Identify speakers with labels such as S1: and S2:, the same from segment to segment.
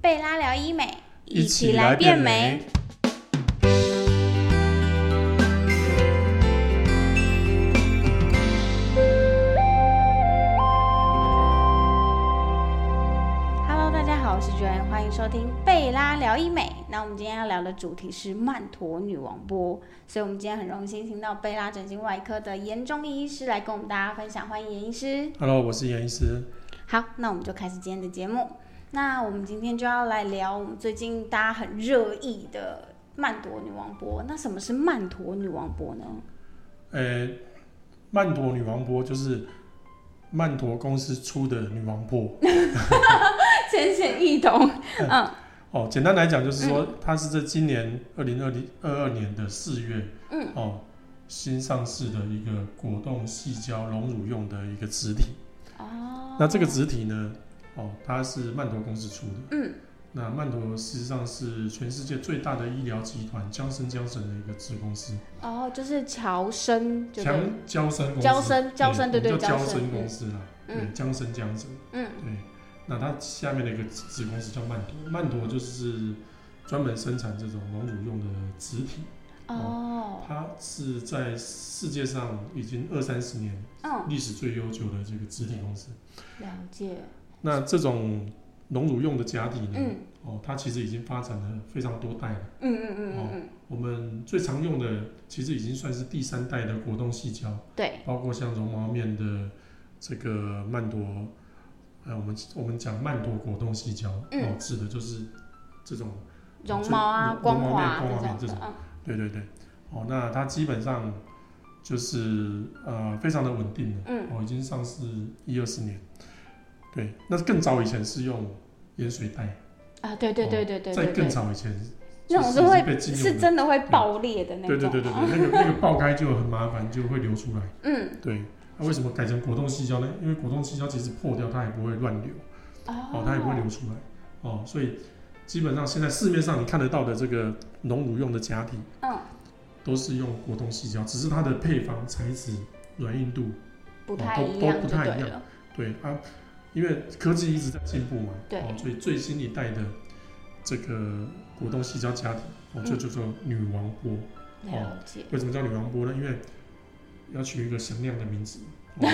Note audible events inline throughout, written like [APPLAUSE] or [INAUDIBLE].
S1: 贝拉聊医美，
S2: 一起
S1: 来
S2: 来变
S1: 美
S2: 美。
S1: Hello，大家好，我是 Joanne，欢迎收听贝拉聊医美。那我们今天要聊的主题是曼陀女王波，所以我们今天很荣幸听到贝拉整形外科的严中医医师来跟我们大家分享，欢迎严医师。
S2: Hello，我是严医师。
S1: 好，那我们就开始今天的节目。那我们今天就要来聊我们最近大家很热议的曼陀女王波。那什么是曼陀女王波呢？
S2: 呃，曼陀女王波就是曼陀公司出的女王波
S1: 浅显易懂。
S2: 哦。简单来讲，就是说、它是这今年二零二零二二年的四月，嗯，哦，新上市的一个果冻细胶溶乳用的一个植体。
S1: 哦，
S2: 那这个植体呢，哦，它是曼陀公司出的。嗯。那曼陀事实上是全世界最大的医疗集团江森江森的一个子公司，
S1: 哦，就是乔生，就
S2: 强
S1: 对，
S2: 交生公司，
S1: 交生交生对对
S2: 我们叫
S1: 交
S2: 交
S1: 生
S2: 生公司啦，
S1: 嗯
S2: 对，江生江生，
S1: 嗯，
S2: 对。那它下面的一个子子公司叫曼陀，曼陀就是专门生产这种溶乳用的植体，
S1: 哦，
S2: 它是在世界上已经二三十年
S1: 嗯，
S2: 历史最悠久的这个植体公司。
S1: 了解，
S2: 那这种溶乳用的假体呢，
S1: 嗯
S2: 哦，它其实已经发展了非常多代了。
S1: 嗯嗯嗯嗯嗯，
S2: 我们最常用的其实已经算是第三代的果冻细胶。
S1: 对，
S2: 包括像绒毛面的这个曼陀，呃，我们我们讲曼陀果冻细胶，
S1: 嗯
S2: 哦，指的就是这种
S1: 绒毛啊，
S2: 就
S1: 光
S2: 绒毛
S1: 滑
S2: 面
S1: 啊
S2: 光滑面
S1: 这
S2: 这
S1: 种
S2: 种
S1: 的，嗯，
S2: 对对对，哦，那它基本上就是呃非常的稳定了，
S1: 嗯
S2: 哦，已经上市一二十年，对，那更早以前是用盐水袋，
S1: 啊，对对对对对
S2: 在
S1: 对
S2: 更
S1: 对，
S2: 早以前
S1: 那种
S2: 就是已经
S1: 会
S2: 被禁用
S1: 是
S2: 的
S1: 真的会爆裂的那种，
S2: 对对对对对，那个那个爆开就很麻烦，就会流出来。
S1: 嗯，
S2: 对，那、为什么改成果冻细胶呢？因为果冻细胶其实破掉它也不会乱流，哦，它也不会流出来，哦，所以基本上现在市面上你看得到的这个溶乳用的假体，
S1: 嗯，
S2: 都是用果冻细胶，只是它的配方、材质、软硬度，
S1: 不
S2: 哦
S1: 太
S2: 都
S1: 一
S2: 都
S1: 样
S2: 不
S1: 就
S2: 太
S1: 对
S2: 一样
S1: 了，
S2: 对啊，因为科技一直在进步嘛，
S1: 对
S2: 哦，所以最新一代的这个果冻细胶假体，哦，就
S1: 嗯
S2: 叫做女王波。
S1: 了解，
S2: 为什么叫女王波呢？因为要取一个响亮的名字，哦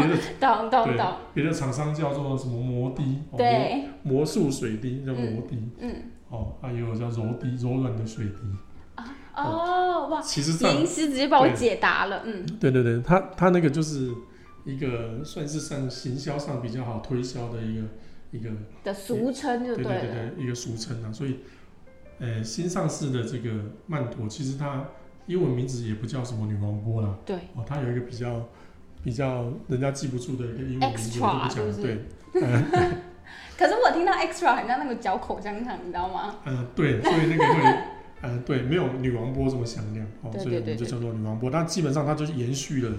S2: 别的
S1: [LAUGHS] 懂懂
S2: 对
S1: 懂，
S2: 别的厂商叫做什么摩滴，哦、
S1: 对，
S2: 魔，魔术水滴叫摩滴，
S1: 嗯，
S2: 哦，它、也有叫柔滴，柔软的水滴。
S1: 哦，哇，
S2: 其实上
S1: 严，医师直接帮我解答了，嗯，
S2: 对对对，它它那个就是一个算是上行销上比较好推销的一个一个，
S1: 的俗称就
S2: 对对
S1: 了，
S2: 对对，一个俗称啊。所以，呃，新上市的这个曼陀，其实它英文名字也不叫什么女王波啦，
S1: 对
S2: 哦，它有一个比较比较人家记不住的一个英文名字，我
S1: Extra，
S2: 就不讲
S1: 是
S2: 了。
S1: 不是
S2: 对，
S1: 可是我听到 extra 很像那个嚼口香糖，你知道吗？
S2: 嗯、对，所以那个会，嗯，对，没有女王波这么响亮哦，
S1: 对
S2: 所
S1: 对
S2: 以我们
S1: 对
S2: 就
S1: 对
S2: 叫做女王波。但基本上它就是延续了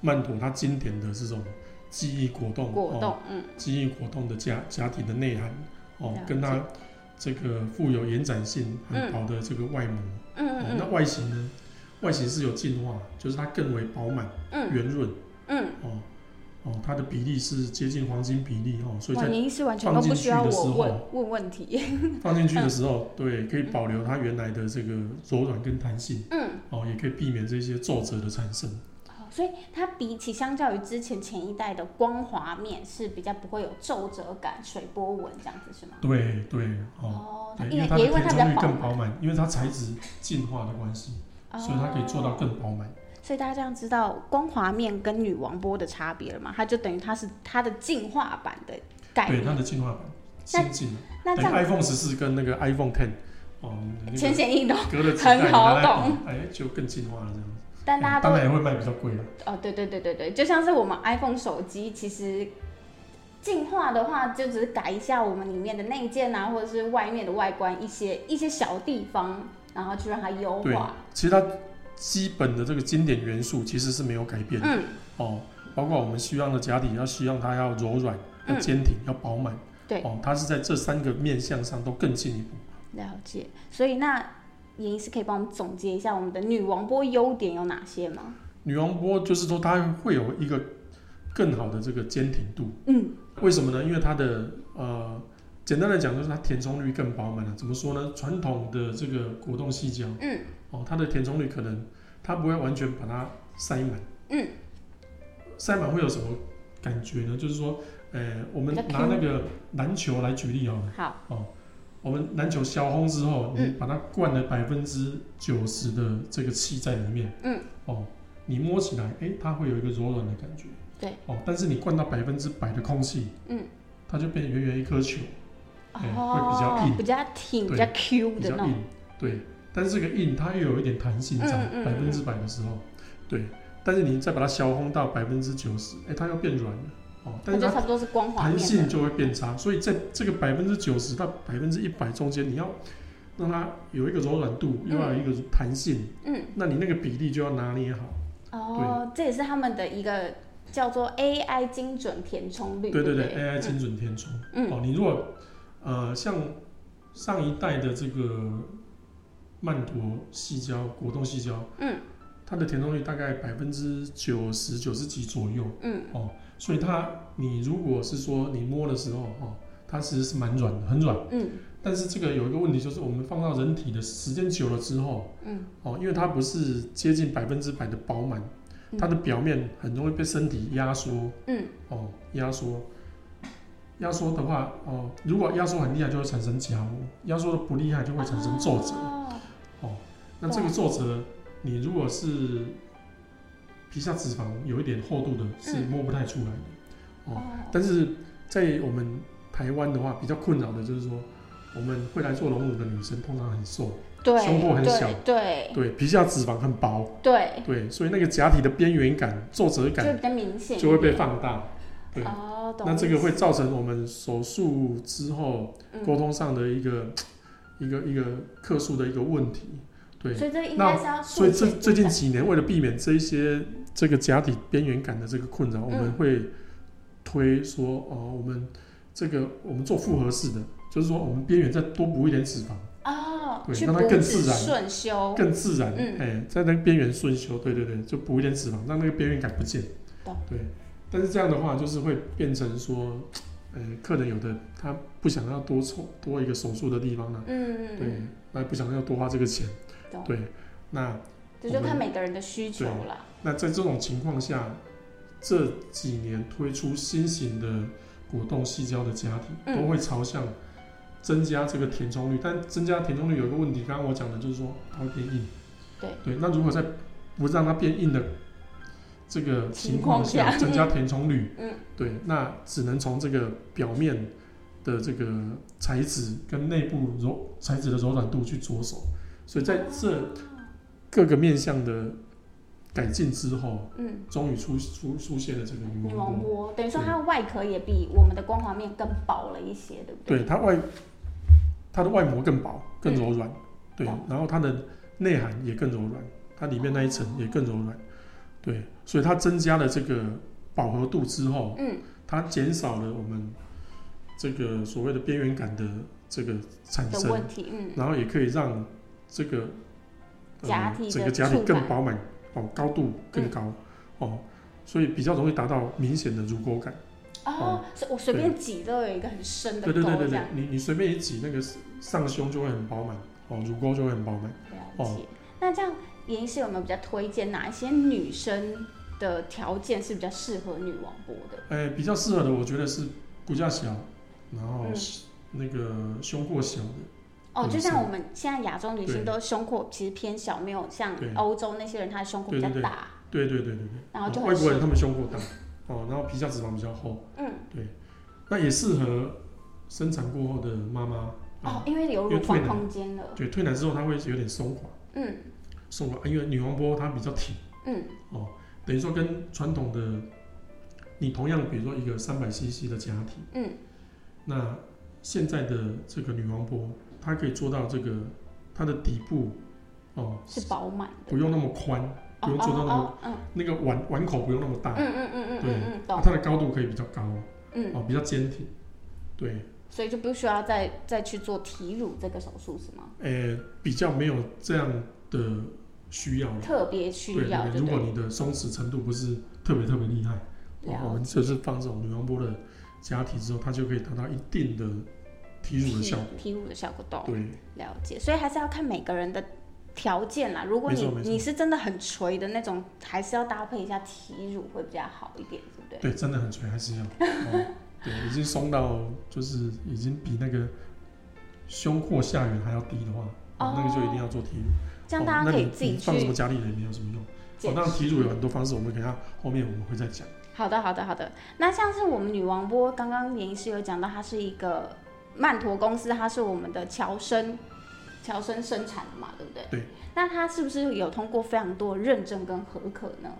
S2: 曼陀它经典的这种记忆果冻、
S1: 果
S2: 哦、
S1: 冻，嗯，
S2: 记忆果冻的假假体的内涵哦
S1: 了，
S2: 跟
S1: 解
S2: 它这个富有延展性
S1: 嗯
S2: 很薄的这个外膜、
S1: 嗯
S2: 哦，那
S1: 嗯
S2: 外形呢，外形是有进化，就是它更为饱满、
S1: 嗯
S2: 圆润
S1: 嗯
S2: 哦哦，它的比例是接近黄金比例哦，
S1: 嗯，
S2: 所以
S1: 哇，
S2: 在
S1: 您是完全都不需要我问问问题， [LAUGHS]
S2: 放进去
S1: 嗯
S2: 的时候，对，可以保留它原来的这个柔软跟弹性，
S1: 嗯，
S2: 哦，也可以避免这些皱褶的产生。
S1: 好所以它比起相较于之前前一代的光滑面是比较不会有皱褶感、水波纹这样子是吗？
S2: 对对，哦，
S1: 哦，它
S2: 对，
S1: 因
S2: 因为
S1: 为
S2: 它
S1: 也因为它比
S2: 的填充
S1: 较
S2: 率
S1: 饱
S2: 更
S1: 满，
S2: 饱满，因为它材质进化的关系，所以它可以做到
S1: 哦。
S2: 更饱满。
S1: 所以大家这样知道光滑面跟女王波的差别了嘛？它就等于它是它的进化版的概
S2: 对，它
S1: 念。
S2: 的进化版
S1: 那
S2: 先进了，
S1: 那
S2: 等
S1: 这
S2: 于
S1: 样
S2: iPhone 十四跟那个 iPhone Ten，哦，那
S1: 浅
S2: 个
S1: 显易懂，
S2: 隔
S1: [LAUGHS]
S2: 了几代
S1: 很好
S2: 拿来比，哎，就更进化了这样子。
S1: 但大
S2: 哎
S1: 家都
S2: 当然也会卖比较贵了。
S1: 哦，对对对对对，就像是我们 iPhone 手机，其实进化的话，就只是改一下我们里面的内建啊，或者是外面的外观一些一些小地方，然后去让它优
S2: 对
S1: 化。，
S2: 其实它基本的这个经典元素其实是没有改变的。
S1: 嗯，
S2: 哦，包括我们希望的假体要希望它要柔软、
S1: 嗯
S2: 要坚挺、要饱满。
S1: 对
S2: 哦，它是在这三个面向上都更进一步。
S1: 了解。所以那严医师可以帮我们总结一下我们的女王波优点有哪些吗？
S2: 女王波就是说它会有一个更好的这个坚挺度，
S1: 嗯，
S2: 为什么呢？因为它的呃简单的讲，就是它填充率更饱满了。怎么说呢？传统的这个果冻细胶，
S1: 嗯，
S2: 哦，它的填充率可能它不会完全把它塞满，
S1: 嗯，
S2: 塞满会有什么感觉呢？就是说，呃，我们
S1: 比较 Q
S2: 拿那个篮球来举例好了，
S1: 好，
S2: 我们篮球消烘之后，
S1: 嗯
S2: 你把它灌了百分之九十的这个气在里面，
S1: 嗯，
S2: 哦，你摸起来，哎、它会有一个柔软的感觉，
S1: 对，
S2: 哦，但是你灌到百分之百的空气，
S1: 嗯，
S2: 它就变圆圆一颗球，哎会比较
S1: 哦
S2: 硬，
S1: 比较挺，比
S2: 对
S1: 较 Q
S2: 比
S1: 的
S2: 较
S1: 那种
S2: 硬，，对，但是这个硬它又有一点弹性在
S1: 嗯嗯嗯
S2: 百分之百的时候，对，但是你再把它消烘到百分之九十，哎，它又变软了，哦，
S1: 它
S2: 但是
S1: 就
S2: 它
S1: 差不多是光滑
S2: 弹
S1: 面
S2: 性
S1: 的，
S2: 就会变差，所以在这个百分之九十到百分之一百中间，你要让它有一个柔软度，
S1: 嗯
S2: 又要有一个弹性，
S1: 嗯，
S2: 那你那个比例就要拿捏好。
S1: 哦，这也是他们的一个叫做 AI 精准填充率，
S2: 对
S1: 对
S2: 对
S1: 不
S2: 对，AI 精准填充。
S1: 嗯
S2: 哦，你如果呃像上一代的这个曼陀细胶、果冻细胶，
S1: 嗯，
S2: 它的填充率大概百分之九十九十几左右，
S1: 嗯，
S2: 哦，所以它你如果是说你摸的时候，哦，它其实是蛮软的，很软。
S1: 嗯
S2: 但是这个有一个问题，就是我们放到人体的时间久了之后，
S1: 嗯，
S2: 哦，因为它不是接近百分之百的饱满，
S1: 嗯
S2: 它的表面很容易被身体压缩，
S1: 嗯，
S2: 哦，压缩，压缩的话，哦，如果压缩很厉害，就会产生夹膜；压缩的不厉害，就会产生皱褶。
S1: 哦
S2: 那这个皱褶，你如果是皮下脂肪有一点厚度的，是
S1: 嗯
S2: 摸不太出来的。哦
S1: 哦，
S2: 但是在我们台湾的话，比较困扰的就是说，我们会来做隆乳的女生通常很瘦，
S1: 对，
S2: 胸部很
S1: 对
S2: 小
S1: 对
S2: 对，皮下脂肪很薄，
S1: 对，
S2: 对，所以那个假体的边缘感、皱褶
S1: 就
S2: 感
S1: 比较明显一点，
S2: 就会被放大。对，
S1: 哦，懂
S2: 那这个
S1: 意
S2: 会
S1: 思
S2: 造成我们手术之后
S1: 嗯
S2: 沟通上的一个、一个一个客诉的一个问题。对，
S1: 所以这个应
S2: 那
S1: 该是要
S2: 所以
S1: 术
S2: 最
S1: 前
S2: 最近
S1: 诊
S2: 几年，为了避免这一些这个假体边缘感的这个困扰，我们会推说哦、我们这个我们做复合式的，就是说我们边缘再多补一点脂肪，
S1: 哦，
S2: 对
S1: 去
S2: 让它
S1: 补
S2: 更
S1: 脂
S2: 自然
S1: 顺修，
S2: 更自然，哎、
S1: 嗯
S2: 在那个边缘顺修，对对对，就补一点脂肪，让那个边缘感不见
S1: 懂。
S2: 对，但是这样的话，就是会变成说，呃，客人有的他不想要多抽多一个手术的地方呢、
S1: 嗯，
S2: 对，那不想要多花这个钱
S1: 懂，
S2: 对，那
S1: 这就
S2: 我们
S1: 看每个人的需求啦。
S2: 那在这种情况下，这几年推出新型的果冻细胶的假体，
S1: 嗯
S2: 都会朝向增加这个填充率。但增加填充率有一个问题，刚刚我讲的就是说它会变硬。
S1: 对
S2: 那如果在不让它变硬的这个情况下，
S1: 情况下
S2: 增加填充率，
S1: [LAUGHS] 嗯，
S2: 对，那只能从这个表面的这个材质跟内部柔材质的柔软度去着手。所以在这各个面向的改进之后，
S1: 嗯，
S2: 终于出出出现了这个女
S1: 女
S2: 王
S1: 王
S2: 波。
S1: 波等于说它的外壳也比我们的光滑面更薄了一些，对不对？
S2: 对，它外它的外膜更薄、更柔软，对
S1: 哦，
S2: 然后它的内涵也更柔软，它里面那一层也更柔软，对，所以它增加了这个饱和度之后，
S1: 嗯，
S2: 它减少了我们这个所谓的边缘感的这个产
S1: 的
S2: 生
S1: 问，题，嗯，
S2: 然后也可以让这个、呃
S1: 假体的
S2: 整个假体
S1: 触
S2: 更
S1: 感
S2: 饱满，哦，高度更高，哦，所以比较容易达到明显的乳沟感。
S1: 哦，所以我随便挤都有一个很深的
S2: 对
S1: 沟
S2: 对对对
S1: 这
S2: 对
S1: 样，，
S2: 你你随便一挤，那个上胸就会很饱满，哦，乳沟就会很饱满。
S1: 了
S2: 哦
S1: 解。那这样，严医师有没有比较推荐哪一些女生的条件是比较适合女王波的？
S2: 哎、比较适合的我觉得是骨架小，然后
S1: 嗯
S2: 那个胸廓小的，
S1: 哦，
S2: 嗯
S1: 就像
S2: 是
S1: 我们现在亚洲女性
S2: 对
S1: 都胸廓其实偏小，没有像
S2: 对
S1: 欧洲那些人，她的胸廓比较
S2: 对对对
S1: 大，
S2: 对对对对对。
S1: 然后就
S2: 哦
S1: 很
S2: 外国人
S1: 适
S2: 他们胸廓大，哦，然后皮下脂肪比较厚，
S1: 嗯，
S2: 那也适合生产过后的妈妈。
S1: 哦
S2: 啊，，
S1: 因为有
S2: 因
S1: 乳
S2: 为退
S1: 房
S2: 奶
S1: 空间了，
S2: 对，退奶之后它会有点松垮，
S1: 嗯
S2: 松垮，啊因为女王波它比较挺。
S1: 嗯，
S2: 等于哦说跟传统的，你同样比如说一个三百 CC 的假体，
S1: 嗯，
S2: 那现在的这个女王波，它可以做到这个它的底部哦，
S1: 是饱满的，
S2: 不用那么宽，不用做到那么、
S1: 哦，哦哦
S2: 那个碗碗口不用那么大，
S1: 嗯嗯嗯嗯嗯
S2: 对
S1: 嗯嗯，
S2: 啊
S1: 懂，
S2: 它的高度可以比较高
S1: 嗯，
S2: 哦，比较坚挺。对，
S1: 所以就不需要再再去做体乳这个手术是吗？
S2: 呃，比较没有这样的需要了。
S1: 特别
S2: 对
S1: 需要
S2: 对，
S1: 就
S2: 如果
S1: 对，
S2: 你的松弛程度不是特别特别厉害。哦，我
S1: 了
S2: 们
S1: 解
S2: 就是放这种女王波的假体之后，它就可以达到一定的踢乳的效果。
S1: 皮肤的效果懂，
S2: 对，
S1: 了解，所以还是要看每个人的条件啦。如果你
S2: 没错没错
S1: 你是真的很垂的那种，还是要搭配一下体乳会比较好一点，对不对？
S2: 对，真的很垂，还
S1: [LAUGHS]
S2: 是要。哦、对，已经松到就是已经比那个胸廓下缘还要低的话，哦那个就一定要做体乳。
S1: 这样大
S2: 哦那
S1: 家可以
S2: 你
S1: 自己
S2: 你放什么
S1: 去
S2: 加力人没有什么用。
S1: 检
S2: 哦，当然体乳有很多方式，我们等一下后面我们会再讲。
S1: 好的，好的，好的。那像是我们女王波，刚刚严医师有讲到，它是一个曼陀公司，它是我们的乔生，乔生生产的嘛，对不对？
S2: 对。
S1: 那它是不是有通过非常多的认证跟合可呢？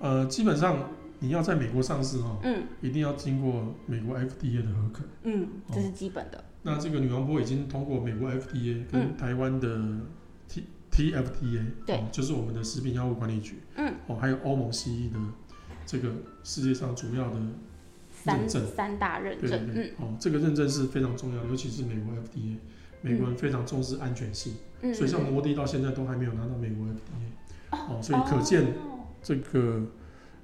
S2: 呃，基本上你要在美国上市哦，
S1: 嗯
S2: 一定要经过美国 FDA 的合可。
S1: 嗯，
S2: 哦
S1: 这是基本的。
S2: 那这个女王波已经通过美国 FDA
S1: 嗯
S2: 跟台湾的 T、TFDA，
S1: 对
S2: 哦，就是我们的食品药物管理局，
S1: 嗯，
S2: 哦，还有欧盟 CE 的这个世界上主要的
S1: 三
S2: 认证
S1: 三大认
S2: 对
S1: 证嗯
S2: 对，对，哦，这个认证是非常重要的，尤其是美国 FDA，美国人非常重视安全性，
S1: 嗯，
S2: 所以像
S1: 嗯
S2: 摩的到现在都还没有拿到美国 FDA，
S1: 哦
S2: 哦，所以可见哦这个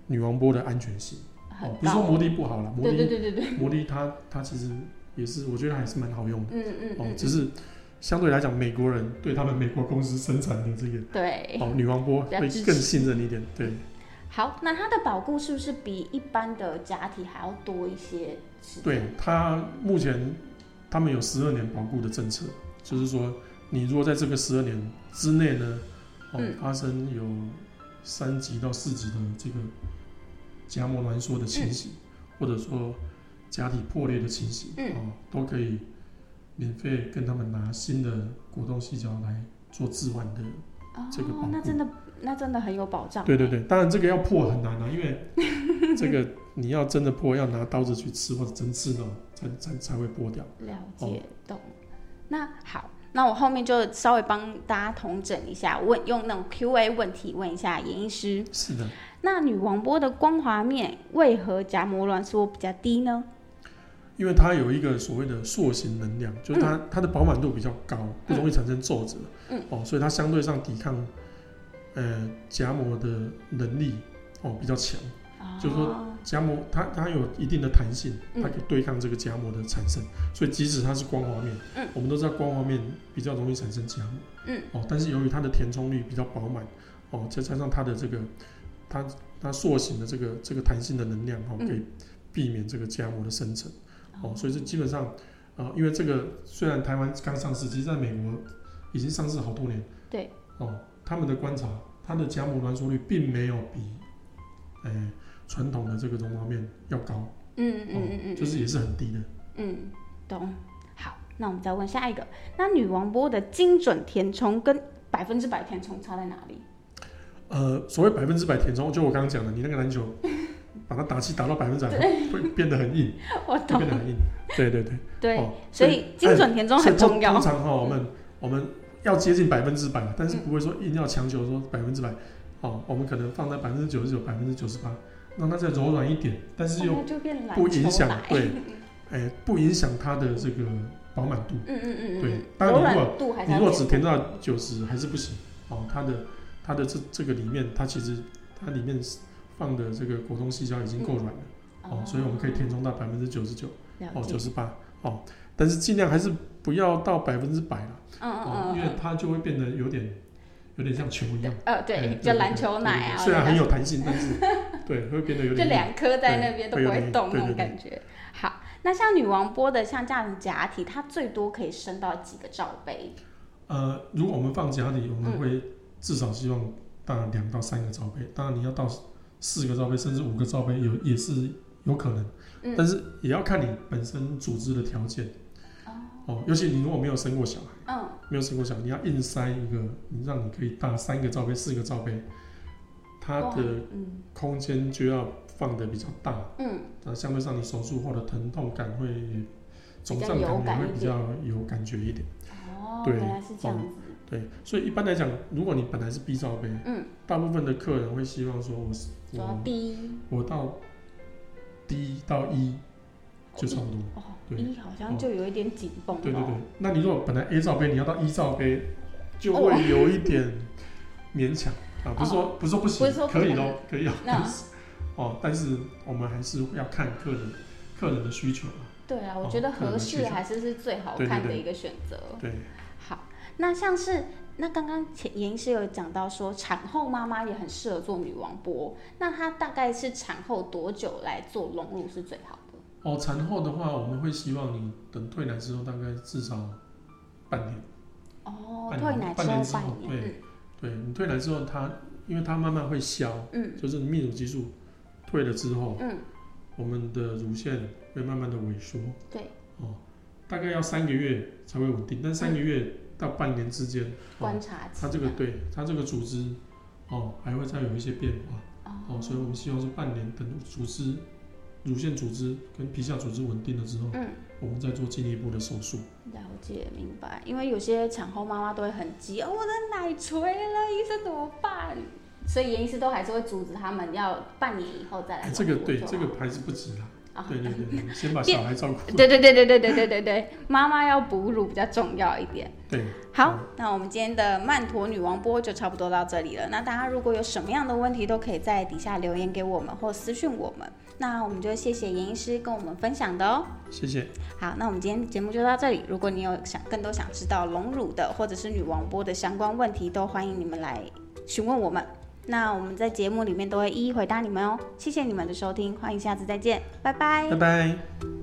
S2: 女王波的安全性，
S1: 很
S2: 哦，不是说
S1: 高
S2: 摩的不好啦，摩
S1: 对对
S2: 的
S1: 对对对，
S2: 摩的它它其实也是，我觉得还是蛮好用的。
S1: 嗯嗯
S2: 哦
S1: 嗯，，
S2: 只是相对来讲，美国人对他们美国公司生产的这个
S1: 对。
S2: 哦女王波
S1: 比较
S2: 会
S1: 支持
S2: 更信任一点。对，
S1: 好，那它的保固是不是比一般的假体还要多一些时间？
S2: 对他目前他们有十二年保固的政策，就是说你如果在这个十二年之内呢，哦、
S1: 嗯
S2: 发生有三级到四级的这个荚膜挛缩的情形，或者说假体破裂的情形，
S1: 嗯
S2: 哦，都可以免费跟他们拿新的果冻细胶来做置换的这个保
S1: 哦，那
S2: 护
S1: 真的那真的很有保障。
S2: 对对对，当然这个要破很难啊，因为这个你要真的破，要拿刀子去刺或者针刺呢，才才才会破掉。
S1: 了解
S2: 哦
S1: 懂。那好，那我后面就稍微帮大家统整一下，问用那种 Q&A 问题问一下严医师，
S2: 是的，
S1: 那女王波的光滑面为何荚膜挛缩比较低呢？
S2: 因为它有一个所谓的塑形能量，就是它、它的饱满度比较高，不容易产生皱褶。
S1: 嗯，
S2: 哦，所以它相对上抵抗呃荚膜的能力哦比较强，就是说
S1: 哦
S2: 荚膜它它有一定的弹性，
S1: 嗯
S2: 它可以对抗这个荚膜的产生。所以即使它是光滑面，
S1: 嗯
S2: 我们都知道光滑面比较容易产生荚膜。
S1: 嗯，
S2: 哦，但是由于它的填充率比较饱满，哦，再加上它的这个它它塑形的这个这个弹性的能量，哦，
S1: 嗯
S2: 可以避免这个荚膜的生成，哦，所以这基本上，呃，因为这个虽然台湾刚上市，其实在美国已经上市好多年，
S1: 对，
S2: 哦，他们的观察，它的荚膜挛缩率并没有比，呃，传统的这个绒毛面要高，
S1: 嗯嗯
S2: 哦
S1: 嗯嗯，
S2: 就是也是很低的。
S1: 嗯懂。好，那我们再问下一个，那女王波的精准填充跟百分之百填充差在哪
S2: [LAUGHS]
S1: 里？
S2: 呃，所谓百分之百填充，就我刚刚讲的，你那个篮球 [LAUGHS] 把它打气打到百分之百，会变得
S1: [LAUGHS]
S2: 很硬，
S1: 我
S2: 会
S1: 懂
S2: 变，得很硬。对对对，
S1: 对，
S2: 哦
S1: 所以精准填充很重要嗯
S2: 所以通。通常哈，我们我们要接近百分之百，但是不会说硬要强求说百分之百。哦，我们可能放在百分之九十九、百分之九十八，让它再柔软一点，但是又
S1: 哦那就变篮
S2: 不影
S1: 球
S2: 响
S1: 来
S2: 对，哎、不影响它的这个饱满度。
S1: 嗯嗯嗯
S2: 对
S1: 嗯嗯，
S2: 当然
S1: 柔
S2: 你如果
S1: 软度还是
S2: 你
S1: 要
S2: 若只
S1: 填
S2: 填到九十还是不行哦，它的它的这这个里面，它其实它里面放的这个果冻细胶已经够软了、哦，所以我们可以填充到百分之九十九
S1: 嗯了
S2: 哦，
S1: 解
S2: 九，十八哦，但是尽量还是不要到百分之百啦，
S1: 嗯嗯
S2: 哦，因为
S1: 嗯
S2: 它就会变得有点有点像球一样
S1: 嗯，，呃
S2: 哎
S1: 对，就篮球奶啊，
S2: 对对对虽然很
S1: 有
S2: 有弹性，但是
S1: [LAUGHS]
S2: 对会变得有
S1: 就
S2: 点硬
S1: 两颗在那边都
S2: 对
S1: 不
S2: 会有
S1: 会
S2: 点
S1: 动那
S2: 对
S1: 种
S2: 对对
S1: 感觉。好，那像女王波的像这样的假体，它最多可以升到几个罩杯？
S2: 呃，如果我们放假底，我
S1: 嗯
S2: 们会至少希望当然两到三个罩杯，当然你要到四个罩杯甚至五个罩杯有也是有可能，
S1: 嗯
S2: 但是也要看你本身组织的条件。哦，尤其你如果没有生过小孩，
S1: 嗯，
S2: 没有生过小孩，你要硬塞一个，你让你可以大三个罩杯、四个罩杯，它
S1: 哇
S2: 的
S1: 嗯
S2: 空间就要放的比较大，
S1: 嗯
S2: 那相对上你手术后的疼痛感会、肿胀
S1: 比较有
S2: 感
S1: 感
S2: 也
S1: 一
S2: 会比较有感觉一点。
S1: 哦，
S2: 对嗯
S1: 原来是这样子，
S2: 对，所以一般来讲，如果你本来是 B 罩杯，
S1: 嗯，
S2: 大部分的客人会希望说我是
S1: 主要
S2: 我
S1: 第一
S2: 我到 D 到 E 就差不多。
S1: 哦，
S2: 对嗯
S1: 一好像就有一点紧绷，
S2: 对对对
S1: 哦，，
S2: 那你如果本来 A 罩杯，你要到 E 罩杯，就会有一点勉强、啊，不是说不是说不行，
S1: 哦不是说不
S2: 可以
S1: 能
S2: 咯，可 [LAUGHS] 以哦，
S1: 那
S2: 但是哦，但是我们还是要看客人客人的需求啊。
S1: 对啊，我
S2: 哦
S1: 觉得
S2: 看有没
S1: 合
S2: 有
S1: 适
S2: 需求
S1: 还是是最好
S2: 对对
S1: 看的
S2: 对
S1: 一个选择。
S2: 对，
S1: 好，那像是那刚刚前严医师有讲到说，产后妈妈也很适合做女王波，那她大概是产后多久来做隆乳是最好的？
S2: 哦，产后的话，我们会希望你等退奶之后，大概至少半年。
S1: 哦，
S2: 半
S1: 退
S2: 年
S1: 奶
S2: 半
S1: 之后
S2: 年之后
S1: 半
S2: 对
S1: 年，嗯
S2: 对你退奶之后它，因为它慢慢会消，
S1: 嗯
S2: 就是泌乳激素退了之后
S1: 嗯，嗯，
S2: 我们的乳腺会慢慢的萎缩，
S1: 对，
S2: 哦，大概要三个月才会稳定，但
S1: 嗯
S2: 三个月到半年之间，哦
S1: 观，察期哦
S2: 它
S1: 嘛。
S2: 这个对它这个组织，哦，还会再有一些变化，哦，所以我们希望是半年等组织。乳腺组织跟皮下组织稳定了之后，
S1: 嗯，
S2: 我们再做进一步的手术。
S1: 了解明白，因为有些产后妈妈都会很急，哦，我的奶垂了，医生怎么办？所以严医师都还是会阻止他们要半年以后再来隆
S2: 哎，
S1: 乳
S2: 这
S1: 就好。
S2: 个对，这个还是不急啦。
S1: 哦啊
S2: 对
S1: [LAUGHS]
S2: 对对，对先把小孩照顾。
S1: 对对对对对对对对对，妈妈要哺乳比较重要一点。
S2: 对，
S1: 好，那我们今天的曼陀女王波就差不多到这里了。那大家如果有什么样的问题，都可以在底下留言给我们或私讯我们。那我们就谢谢严医师跟我们分享的哦。
S2: 谢谢。
S1: 好，那我们今天节目就到这里。如果你有想更多想知道隆乳的或者是女王波的相关问题，都欢迎你们来询问我们。那我们在节目里面都会一一回答你们哦。谢谢你们的收听，欢迎下次再见，拜拜
S2: 拜拜。